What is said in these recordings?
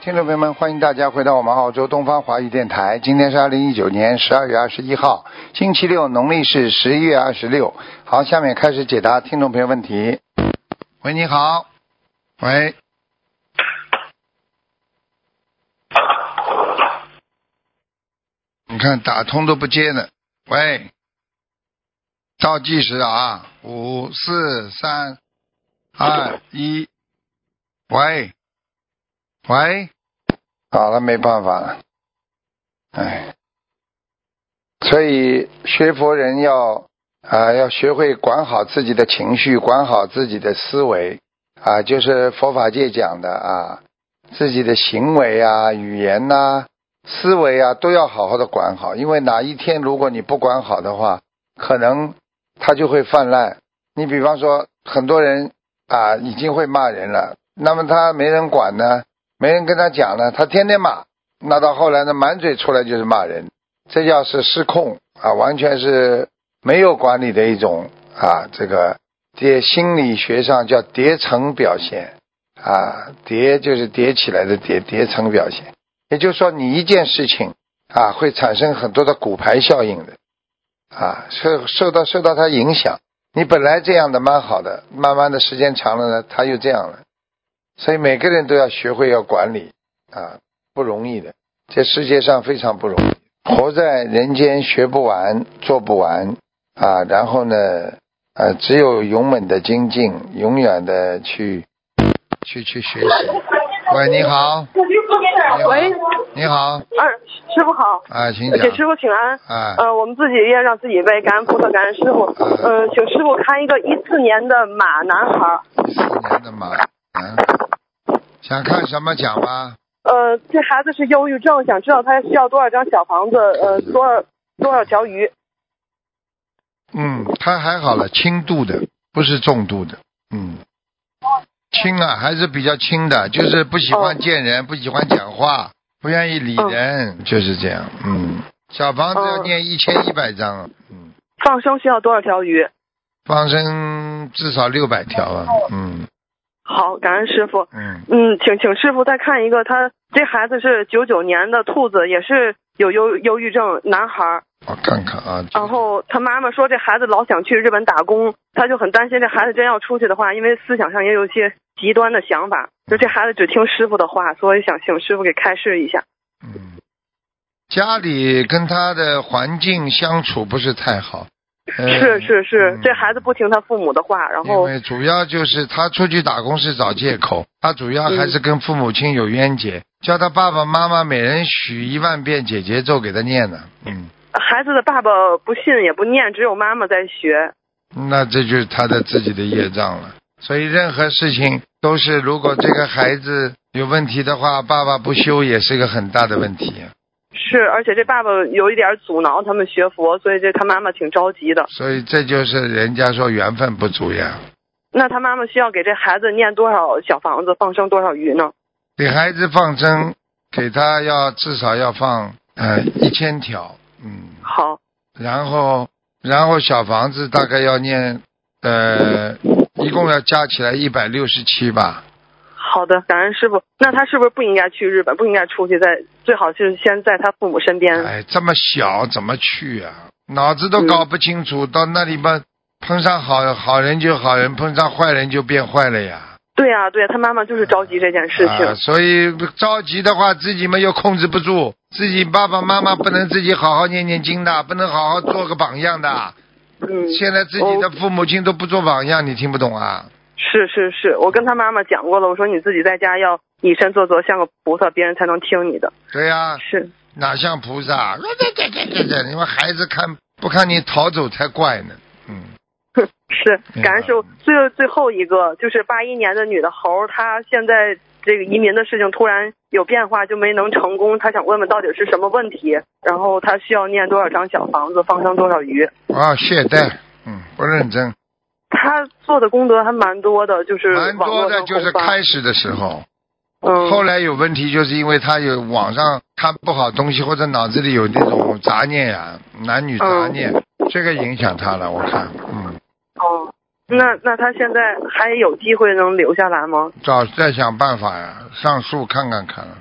听众朋友们，欢迎大家回到我们澳洲东方华语电台。今天是二零一九年十二月二十一号，星期六，农历是十一月二十六。好，下面开始解答听众朋友问题。喂，你好。喂，你看打通都不接呢。喂，倒计时啊，五、四、三、二、一。喂，喂，好了，没办法了，哎，所以学佛人要啊、要学会管好自己的情绪，管好自己的思维啊，就是佛法界讲的啊，自己的行为啊、语言呐、思维啊，都要好好的管好，因为哪一天如果你不管好的话，可能它就会泛滥。你比方说，很多人啊已经会骂人了，那么他没人管呢，没人跟他讲呢，他天天骂，那到后来呢，满嘴出来就是骂人，这叫是失控啊，完全是没有管理的一种啊，这个这心理学上叫叠层表现啊，叠就是叠起来的叠叠层表现，也就是说你一件事情啊会产生很多的骨牌效应的啊，受受到受到它影响。你本来这样的蛮好的，慢慢的时间长了呢，他又这样了。所以每个人都要学会要管理啊，不容易的。这世界上非常不容易，活在人间学不完，做不完啊。然后呢，呃，只有勇猛的精进，永远的去去去学习。喂，你好，喂，你好，二师傅好，啊，请给师讲。傅请安。啊，呃，我们自己也让自己背，感恩菩萨，感恩师傅。哎呃，请师傅看一个一四年的马男孩，一四年的马，啊，想看什么讲吧？呃，这孩子是忧郁症，想知道他需要多少张小房子，呃，多少多少条鱼？嗯，他还好了，轻度的，不是重度的。嗯，轻啊，还是比较轻的，就是不喜欢哦见人，不喜欢讲话，不愿意理人，就是这样。嗯，小房子要哦念一千一百张啊，嗯，放生需要多少条鱼？放生至少六百条啊。嗯好，感恩师傅。嗯，嗯，请请师傅再看一个，他这孩子是九九年的兔子，也是有忧忧郁症男孩。我看看啊。这然后他妈妈说这孩子老想去日本打工，他就很担心这孩子真要出去的话，因为思想上也有一些极端的想法，就这孩子只听师傅的话，所以想请师傅给开示一下。嗯，家里跟他的环境相处不是太好。呃是是是嗯，这孩子不听他父母的话，然因后为主要就是他出去打工是找借口，他主要还嗯是跟父母亲有冤结，叫他爸爸妈妈每人许一万遍解结咒给他念呢。嗯，孩子的爸爸不信也不念，只有妈妈在学。那这就是他的自己的业障了。所以任何事情都是，如果这个孩子有问题的话，爸爸不修也是一个很大的问题。啊是，而且这爸爸有一点阻挠他们学佛，所以这他妈妈挺着急的。所以这就是人家说缘分不足呀。那他妈妈需要给这孩子念多少小房子，放生多少鱼呢？给孩子放生，给他要至少要放呃一千条。嗯。好，然后然后小房子大概要念呃，一共要加起来一百六十七吧。好的，感恩师傅。那他是不是不应该去日本？不应该出去在，最好是先在他父母身边。哎，这么小怎么去啊？脑子都搞不清楚，嗯到那里吧，碰上好好人就好人，碰上坏人就变坏了呀。对呀、对呀、啊他妈妈就是着急这件事情。啊，所以着急的话，自己嘛又控制不住，自己爸爸妈妈不能自己好好念念经的，不能好好做个榜样的。嗯，现在自己的父母亲都不做榜样，你听不懂啊？是是是，我跟他妈妈讲过了，我说你自己在家要以身作则，像个菩萨，别人才能听你的。对呀、是哪像菩萨？这这这这这，你们孩子看不看你逃走才怪呢？嗯，是，感恩师傅明。最最后一个就是八一年的女的猴，她现在这个移民的事情突然有变化，就没能成功。她想问问到底是什么问题，然后她需要念多少张小房子，放生多少鱼。啊，懈怠，嗯，不认真，他做的功德还蛮多的，就是蛮网多络的上就是红发开始的时候，嗯，后来有问题，就是因为他有网上看不好东西，或者脑子里有那种杂念呀、男女杂念，嗯这个影响他了。我看，嗯，哦，那那他现在还有机会能留下来吗？找再想办法呀，上诉看看看了，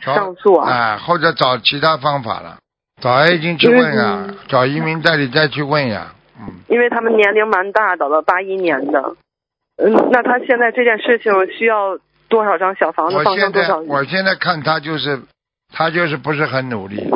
找上诉啊啊，或者找其他方法了，找 A 经去问啊嗯，找移民代理再去问呀、嗯，因为他们年龄蛮大的了，八一年的。嗯，那他现在这件事情需要多少张小房子我放现生多在少？我现在看他就是，他就是不是很努力，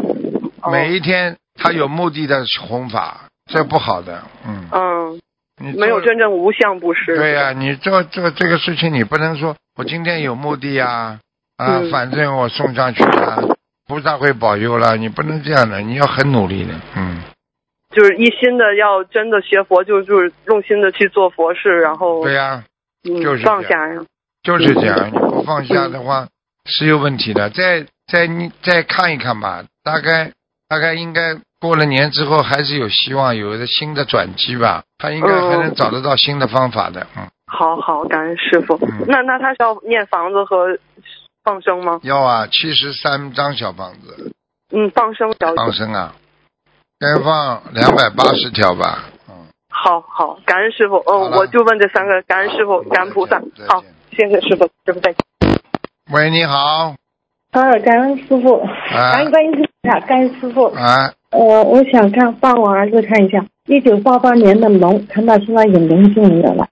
哦每一天他有目的的弘法，这不好的，嗯，嗯，你没有做真正无相布施。对呀、你做这个这个事情，你不能说我今天有目的呀、啊，嗯反正我送上去了、菩萨会保佑了，你不能这样的，你要很努力的，嗯，就是一心的要真的学佛，就就是用心的去做佛事，然后对呀、嗯就是这样放下呀。就是这样，你不放下的话是有问题的。嗯再再你再看一看吧，大概大概应该过了年之后还是有希望，有的新的转机吧。他应该还能找得到新的方法的。嗯，好好，感恩师傅。嗯那那他是要念房子和放生吗？要啊，七十三张小房子嗯，放生小。放生啊，该放两百八十条吧。嗯，好好，感恩师傅。好嗯，了我就问这三个，感恩师傅，感恩菩萨再见。好，，谢谢师傅，师傅再见。喂，你好，啊，感恩师傅，啊感恩观音菩萨，感恩师傅。啊，呃，我想看帮我儿子看一下，一九八八年的龙，看他身上有灵性没有了？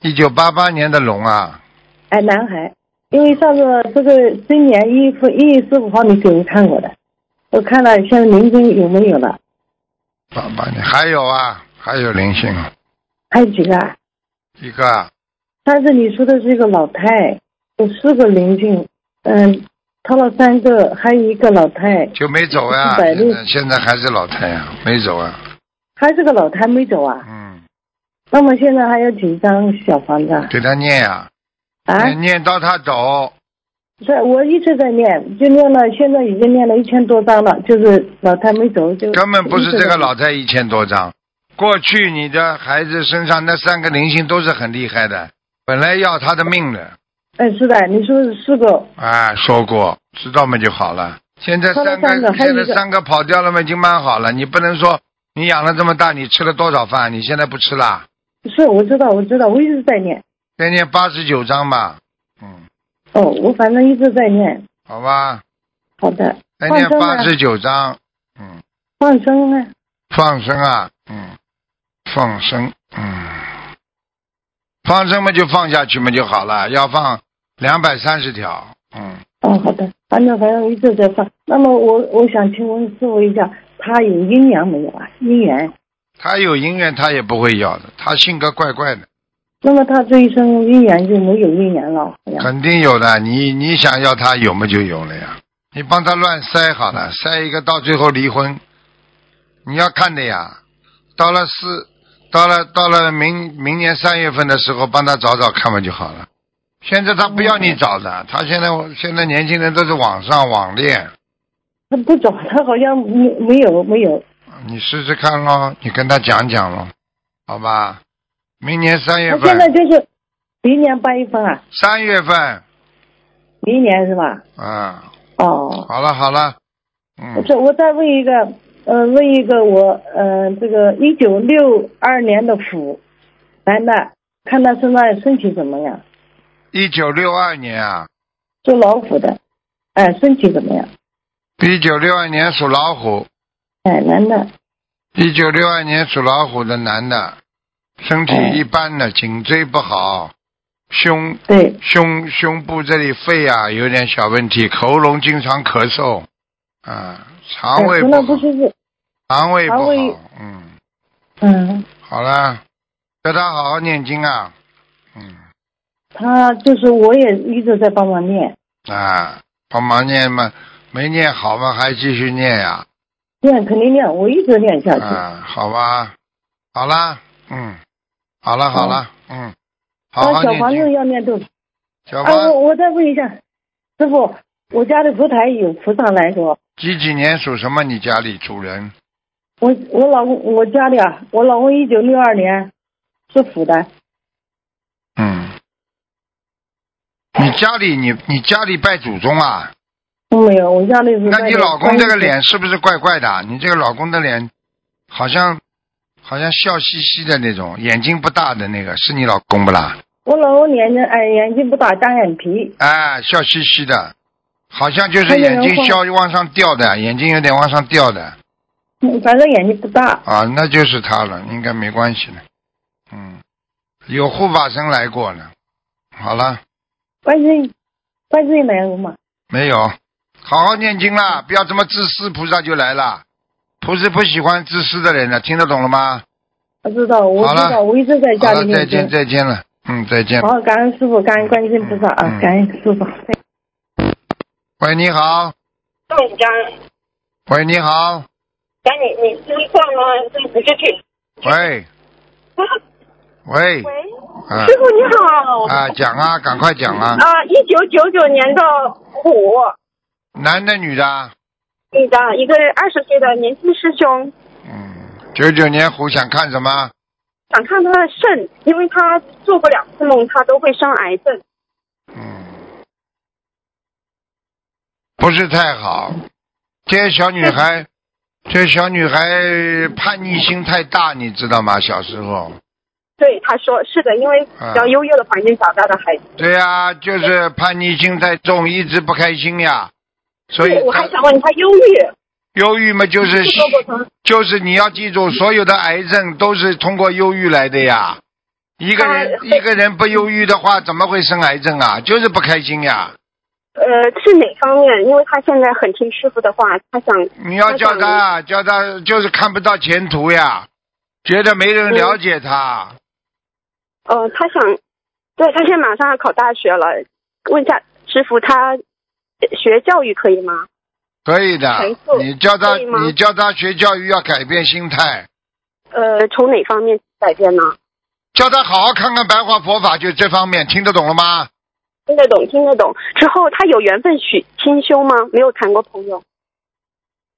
一九八八年的龙啊，哎，男孩，因为上次这个今年一月份一月十五号你给我看过的，我看了现在灵性有没有了？八八年还有啊，还有灵性啊，还有几个？啊？一个啊但是你说的是一个老太，有四个灵性，嗯，掏了三个，还有一个老太，就没走呀、一百现六在现在还是老太呀、没走啊。还是个老太没走啊？嗯，那么现在还有几张小房子啊？给他念呀、啊念念到他走。是我一直在念，就念了，现在已经念了一千多章了，就是老太没走，就根本不是这个老一直太一千多张。过去你的孩子身上那三个灵性都是很厉害的，本来要他的命的在。哎，是的，你说是四个，啊，说过知道吗就好了。现在他三们三个还现有一个在三个跑掉了嘛，已经蛮好了。你不能说你养了这么大，你吃了多少饭？你现在不吃啦？是我知道，我知道，我一直在念。再念八十九章吧，嗯，哦，我反正一直在念。好吧，好的，再哎念放生八啊十九章，嗯。放生啊呢？放生啊，嗯，放生，嗯，放生嘛就放下去嘛就好了，要放两百三十条，嗯，哦，好的，反正反正一直在放。那么我我想请问师傅一下，他有阴阳没有啊？姻缘？他有姻缘他也不会要的，他性格怪怪的，那么他这一生姻缘就没有姻缘了，好像肯定有的，你你想要他有嘛就有了呀，你帮他乱塞好嗯了，塞一个到最后离婚，你要看的呀，到了四，到了到了明明年三月份的时候帮他找找看嘛就好了。现在他不要你找嗯的，他现在现在年轻人都是网上网恋，他不走，他好像没没有没有。你试试看咯，你跟他讲讲咯，好吧？明年三月他现在份，就是明年八月份啊，三月份，明年是吧？嗯，哦，好了好了，嗯，这我再问一个，呃，问一个我，呃，这个一九六二年的虎，男的，看他现在身体怎么样？一九六二年啊，属老虎的，哎，身体怎么样？一九六二年属老虎，哎，男的，一九六二年属老虎的男的，身体嗯一般的，颈椎不好，胸对，胸胸部这里肺啊有点小问题，喉咙经常咳嗽，啊，肠哎，胃除不了不好，是是，肠胃不肠胃好，嗯，嗯，好啦，叫他好好念经啊，嗯他就是我也一直在帮忙念，啊，帮忙念嘛，没念好嘛还继续念呀、念肯定念，我一直念下啊，去。好吧，好啦，嗯，好了好了，嗯，好好他小念房子经，要念多少？小哎，我芳我再问一下，师傅，我家的佛台有菩萨来过。几几年属什么？你家里主人我我老公我家里啊，我老公一九六二年是虎的，嗯，你家里你你家里拜祖宗啊？没有，我家里是。那你老公这个？脸是不是怪怪的？啊你这个老公的脸好像好像笑嘻嘻的那种，眼睛不大的那个是你老公不啦？我老公眼睛哎眼睛不大，单眼皮，哎，笑嘻嘻的，好像就是眼睛消往上掉的，眼睛有点往上掉的嗯反正眼睛不大，啊，那就是他了，应该没关系了。嗯，有护法神来过了。好了，观世音观世音来过嘛？没有，好好念经啦，不要这么自私，菩萨就来了。菩萨不喜欢自私的人了，听得懂了吗？我知道，我好知了道，我一直在好家了，里再念经见，。再见了。嗯，再见。好，感恩师傅，感恩观世音菩萨嗯嗯啊，感恩师傅。喂，你好。更加，喂，你好。赶紧你你挂吗？这不嗯是挺。喂，喂，啊师傅你好。啊，讲啊，赶快讲啊。啊，一九九九年的虎嗯男的，女的啊？女的，一个二十岁的年轻师兄，嗯，九九年虎想看什么？想看他的肾，因为他做过两次梦，他都会生癌症。嗯，不是太好。这些小女孩，这些小女孩叛逆心太大，你知道吗？小时候，对，他说是的，因为比较优越的环境长大的孩子。啊对呀、就是叛逆心太重，一直不开心呀。所以对，我她还想问他忧郁，忧郁嘛，就是是说过他就是你要记住，所有的癌症都是通过忧郁来的呀。一个人啊一个人不忧郁的话，怎么会生癌症啊？就是不开心呀。呃是哪方面？因为他现在很听师傅的话，他想你要叫那种他，叫他就是看不到前途呀，觉得没嗯人了解他。呃，他想，对他现在马上要考大学了，问一下师傅，他学教育可以吗？可以的没，错你叫他，可以吗你叫他学教育要改变心态，呃，从哪方面改变呢？叫他好好看看白话佛法，就这方面听得懂了吗？听得懂，听得懂。之后他有缘分许清修吗？没有谈过朋友。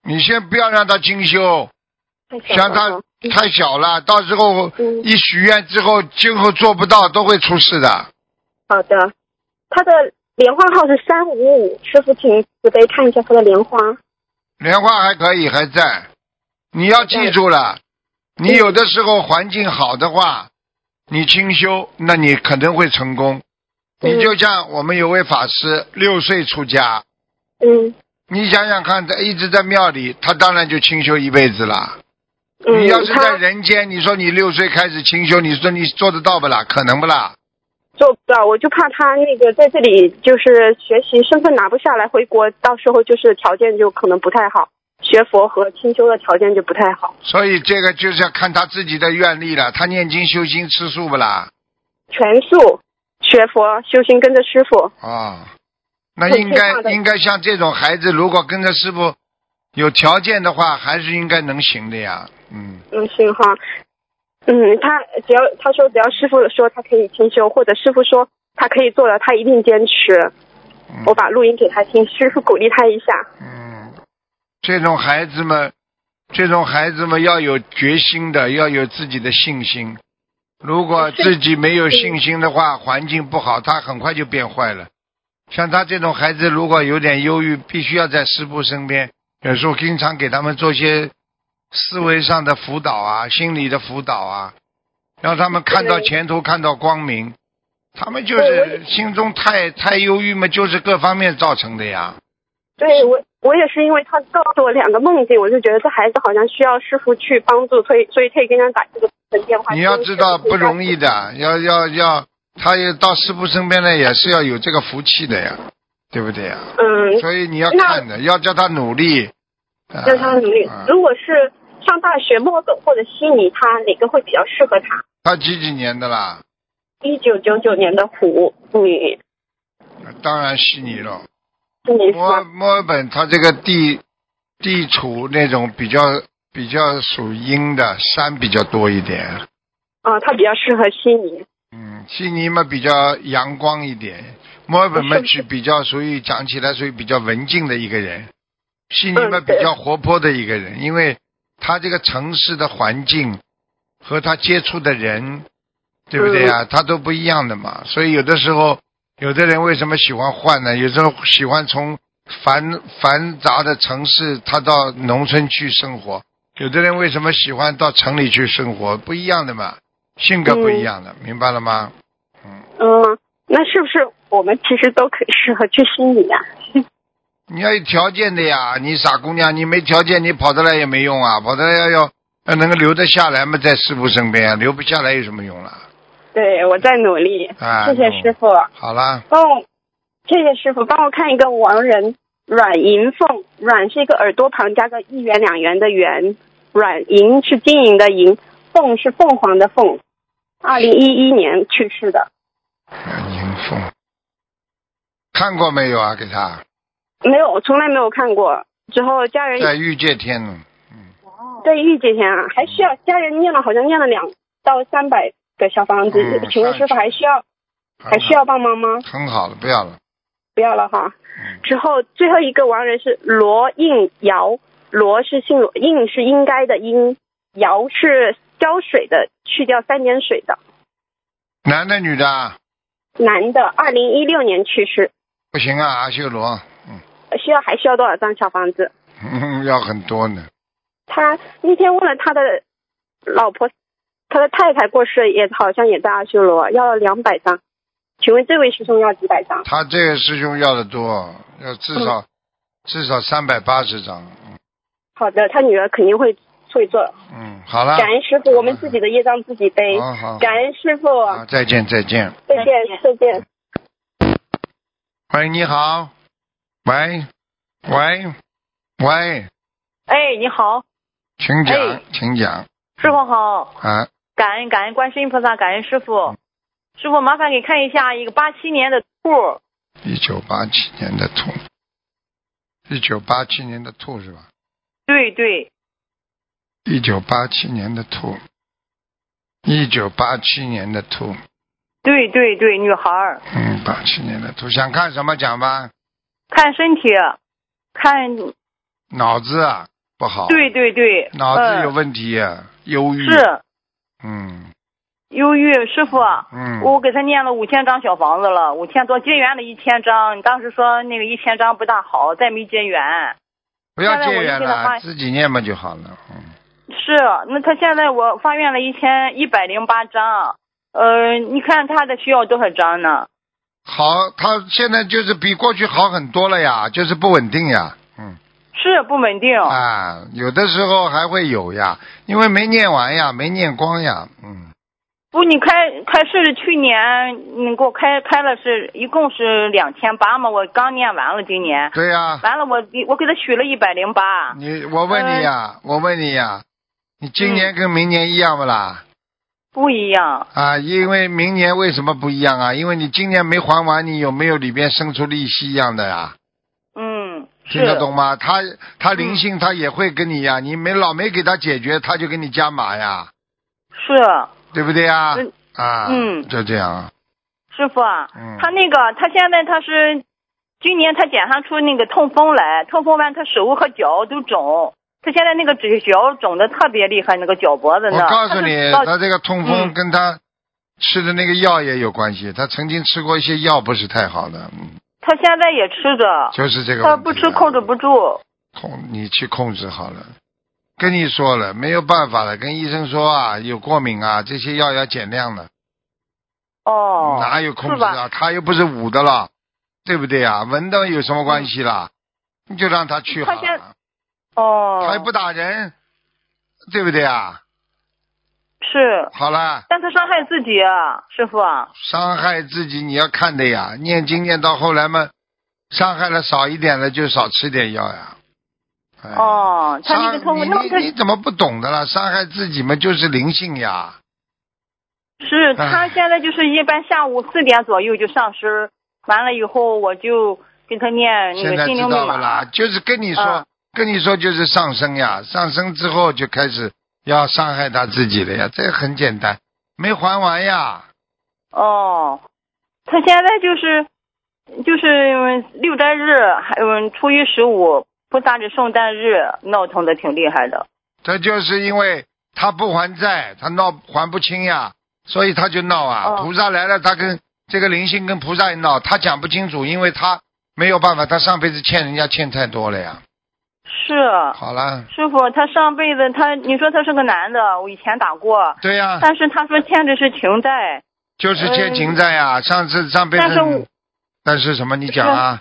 你先不要让他精修，太小像了他哈嗯太小了，到时候嗯一许愿之后，今后做不到都会出事的。好的，他的莲花号是三五五，师傅请慈悲看一下他的莲花。莲花还可以，还在。你要记住了，你有的时候环境好的话，你清修，那你可能会成功。嗯你就像我们有位法师，六岁出家，嗯你想想看，他一直在庙里，他当然就清修一辈子啦。嗯你要是在他人间，你说你六岁开始清修，你说你做得到不啦？可能不啦？做不到，我就怕他那个在这里就是学习身份拿不下来，回国到时候就是条件就可能不太好，学佛和清修的条件就不太好，所以这个就是要看他自己的愿力了。他念经修心吃素不啦？全素学佛修行跟着师傅。啊、那会应退化该的应该像这种孩子，如果跟着师傅有条件的话，还是应该能行的呀。嗯，嗯，行哈。嗯，他只要他说只要师傅说他可以清修，或者师傅说他可以做了，他一定坚持。嗯我把录音给他听，师傅鼓励他一下。嗯，这种孩子们，这种孩子们要有决心的，要有自己的信心。如果自己没有信心的话，环境不好，他很快就变坏了。像他这种孩子，如果有点忧郁，必须要在师傅身边，有时候经常给他们做些思维上的辅导啊、心理的辅导啊，让他们看到对前途、看到光明。他们就对我是心中太太忧郁嘛，就是各方面造成的呀。对我，我也是因为他告诉我两个梦境，我就觉得这孩子好像需要师傅去帮助，所以所以特意跟他打这个电话。你要知道不容易的，要要要，他也到师傅身边呢，也是要有这个福气的呀，对不对呀？嗯，所以你要那看的，要叫他努力，啊让他努力啊。如果是上大学墨斗或者悉尼，他哪个会比较适合他？他几几年的啦？一九九九年的虎女，当然悉尼了。你墨尔说墨尔本，它这个地地处那种比较比较属阴的山比较多一点，啊，他比较适合悉尼。嗯，悉尼嘛比较阳光一点，墨尔本嘛是不是去比较属于讲起来属于比较文静的一个人，悉尼嘛嗯比对较活泼的一个人，因为他这个城市的环境和他接触的人，对不对啊？他都不一样的嘛，所以有的时候有的人为什么喜欢换呢？有时候喜欢从繁繁杂的城市，他到农村去生活；有的人为什么喜欢到城里去生活？不一样的嘛，性格不一样的，明白了吗？嗯，那是不是我们其实都可以适合去悉尼啊？要有条件的呀，你傻姑娘，你没条件，你跑得来也没用啊，跑得来要要要能够留得下来嘛，在师傅身边，啊留不下来有什么用啦？对，我在努力。啊，谢谢师傅，好啦，帮我，谢谢师傅，帮我看一个亡人阮银凤，阮是一个耳朵旁加个一元两元的元，阮银是金银的银，凤是凤凰的凤。二零一一年去世的，银凤，看过没有啊？给他没有，从来没有看过。之后家人在欲界天呢，在狱之前啊，还嗯需要家人念了，好像念了两到三百个小房子。嗯请问师傅还需要还需要帮忙吗？很好了，不要了，不要了哈。嗯，之后最后一个亡人是罗应尧，罗是姓罗，应是应该的应，尧是浇水的，去掉三点水的，男的女的啊男的，二零一六年去世，不行啊，阿修罗，嗯需要还需要多少张小房子？嗯， 要很多呢，他那天问了他的老婆，他的太太过世也好像也在阿修罗，要了两百张，请问这位师兄要几百张？他这个师兄要的多，要至嗯少、至少三百八十张，嗯好的，他女儿肯定会会做，嗯，好了，感恩师傅，我们自己的业障自己背，好好，感恩师傅，好，再见再见。再见再见。喂，你好，喂，喂，喂，哎，你好，请讲，哎请讲师傅好，啊，感恩感恩观世音菩萨，感恩师嗯傅。师傅，麻烦给看一下一个八七年的兔，一九八七年的兔，一九八七年的兔是吧？对对，一九八七年的兔，一九八七年的兔，对对对，女孩儿，嗯，八七年的兔，想看什么讲吧？看身体，看，脑子啊不好，对，对对，哦脑子有嗯问题、忧郁，是嗯忧郁，师傅。嗯，我给他念了五千张小房子了，五千多结缘了一千张。你当时说那个一千张不大好，再没结缘。不要现在结我一缘听到了，话自己念嘛就好了，嗯。是，那他现在我发愿了一千一百零八张，呃，你看他的需要多少张呢？好，他现在就是比过去好很多了呀，就是不稳定呀，嗯是不稳定。啊，有的时候还会有呀，因为没念完呀，没念光呀，嗯，不，你开开是去年你给我开开了是一共是两千八嘛，我刚念完了今年，对呀， 完了我我给他许了一百零八，你我问你呃呀，我问你呀，你今年跟明年一样不嗯啦？不一样。啊，因为明年为什么不一样啊？因为你今年没还完，你有没有里边生出利息一样的呀？嗯，是嗯听得懂吗？他他灵性他也会跟你呀，你没老没给他解决，他就给你加码呀，是对不对呀嗯？啊，嗯就这样啊。师傅啊，嗯他那个他现在他是今年他检查出那个痛风来，痛风完他手和脚都肿，他现在那个指脚肿的特别厉害，那个脚脖子我那。告诉他你，是他这个痛风嗯跟他吃的那个药也有关系。他曾经吃过一些药，不是太好的，嗯，他现在也吃着，就是这个他问题不啊。吃控制不住。控，你去控制好了。跟你说了，没有办法了，跟医生说啊，有过敏啊，这些药要减量的，哦，哪有控是制吧啊？他又不是捂的了，对不对啊？闻到有什么关系啦？你就让他去好他现了，哦，他又不打人，对不对啊？是，好了。但他伤害自己啊，师傅啊，伤害自己你要看的呀，念经念到后来嘛，伤害了少一点了就少吃点药呀。哎、，哦，他那伤个痛你风，那么他你你怎么不懂的啦？伤害自己嘛就是灵性呀，是唉他现在就是一般下午四点左右就上身，完了以后我就给他念那现在个知心灵密道了码啦，，就是跟你说、嗯跟你说就是上升呀，上升之后就开始要伤害他自己了呀，这很简单，没还完呀，哦，他现在就是就是六斋日，还嗯初一十五菩萨日、圣诞日闹腾的挺厉害的，这就是因为他不还债，他闹还不清呀，所以他就闹啊。哦菩萨来了，他跟这个灵性跟菩萨一闹，他讲不清楚，因为他没有办法，他上辈子欠人家欠太多了呀。是。好了，师傅，他上辈子他，你说他是个男的，我以前打过，对呀、但是他说欠的是情债，就是欠情债呀。上次上辈子，但是我但是什么？你讲啊？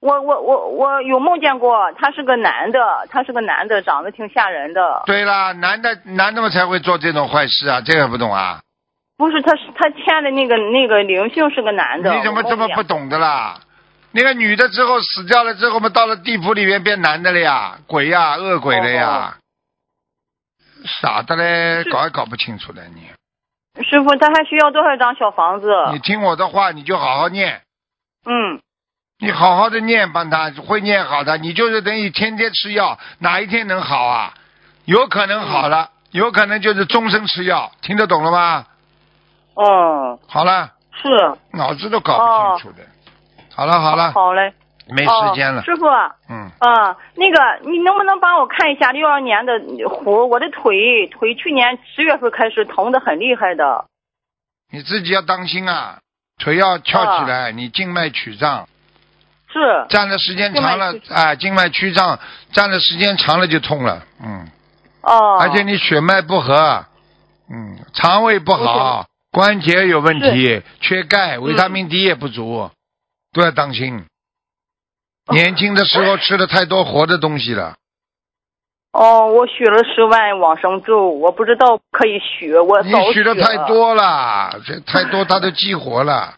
我我我我有梦见过，他是个男的，他是个男的，长得挺吓人的。对啦，男的男的嘛才会做这种坏事啊，这个不懂啊？不是，他是他欠的那个那个灵性是个男的。你怎么这么我不梦见？懂的啦？那个女的之后死掉了之后嘛，到了地府里面变男的了呀，鬼呀，恶鬼了呀，傻的嘞，哦是搞也搞不清楚的你。师傅，他还需要多少张小房子？你听我的话，你就好好念，嗯，你好好的念，帮他会念好的。你就是等于天天吃药，哪一天能好啊？有可能好嗯了，有可能就是终身吃药，听得懂了吗？哦，好了，是，脑子都搞不清楚的。好了好了，好嘞，没时间了，哦哦、师傅，啊、嗯，那个你能不能帮我看一下六二年的虎？我的腿腿去年十月份开始疼的很厉害的。你自己要当心啊，腿要翘起哦来，你静脉曲张，是，站的时间长了静脉曲，啊，静脉曲张，站的时间长了就痛了，嗯。哦，而且你血脉不和，嗯，肠胃不好，关节有问题，缺嗯钙，维他命 D 也不足，都要当心。年轻的时候吃的太多活的东西了，哦，我许了十万往生咒，我不知道可以许， 我你早许了的太。多了，这太多它都激活了，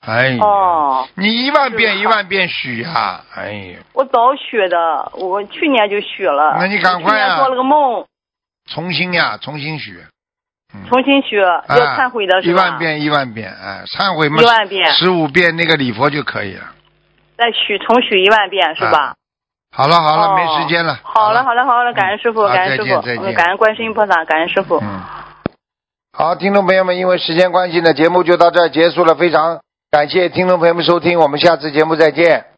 哎呀，哦，你一万遍是一万遍许呀、哎呀，我早许的，我去年就许了。那你赶快啊我去年做了个梦，重新呀、重新许，嗯，重新许，啊要忏悔的是一吧？万，遍一万遍，哎，忏悔嘛一，万遍，十五遍那个礼佛就可以了。再许重许一万遍是吧？好了啊好了，哦没时间了。好了了好了好了，感恩师傅，好感恩再师傅，见再见嗯感恩观世音菩萨，感恩师傅。嗯，好，听众朋友们，因为时间关系呢，节目就到这儿结束了。非常感谢听众朋友们收听，我们下次节目再见。